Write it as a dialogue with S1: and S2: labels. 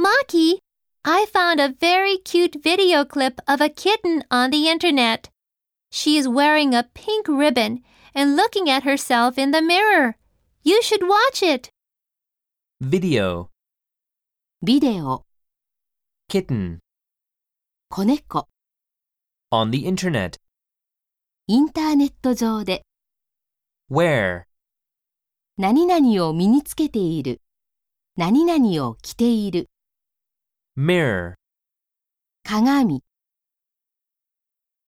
S1: Lucky, I found a very cute video clip of a kitten on the internet. She is wearing a pink ribbon and looking at herself in the mirror. You should watch it.
S2: Video.
S3: ビデオ、
S2: Kitten.
S3: 子猫、
S2: On the internet.
S3: インターネット上で
S2: Where?
S3: 何々を身につけている、何々を着ている、
S2: Mirror.
S3: 鏡、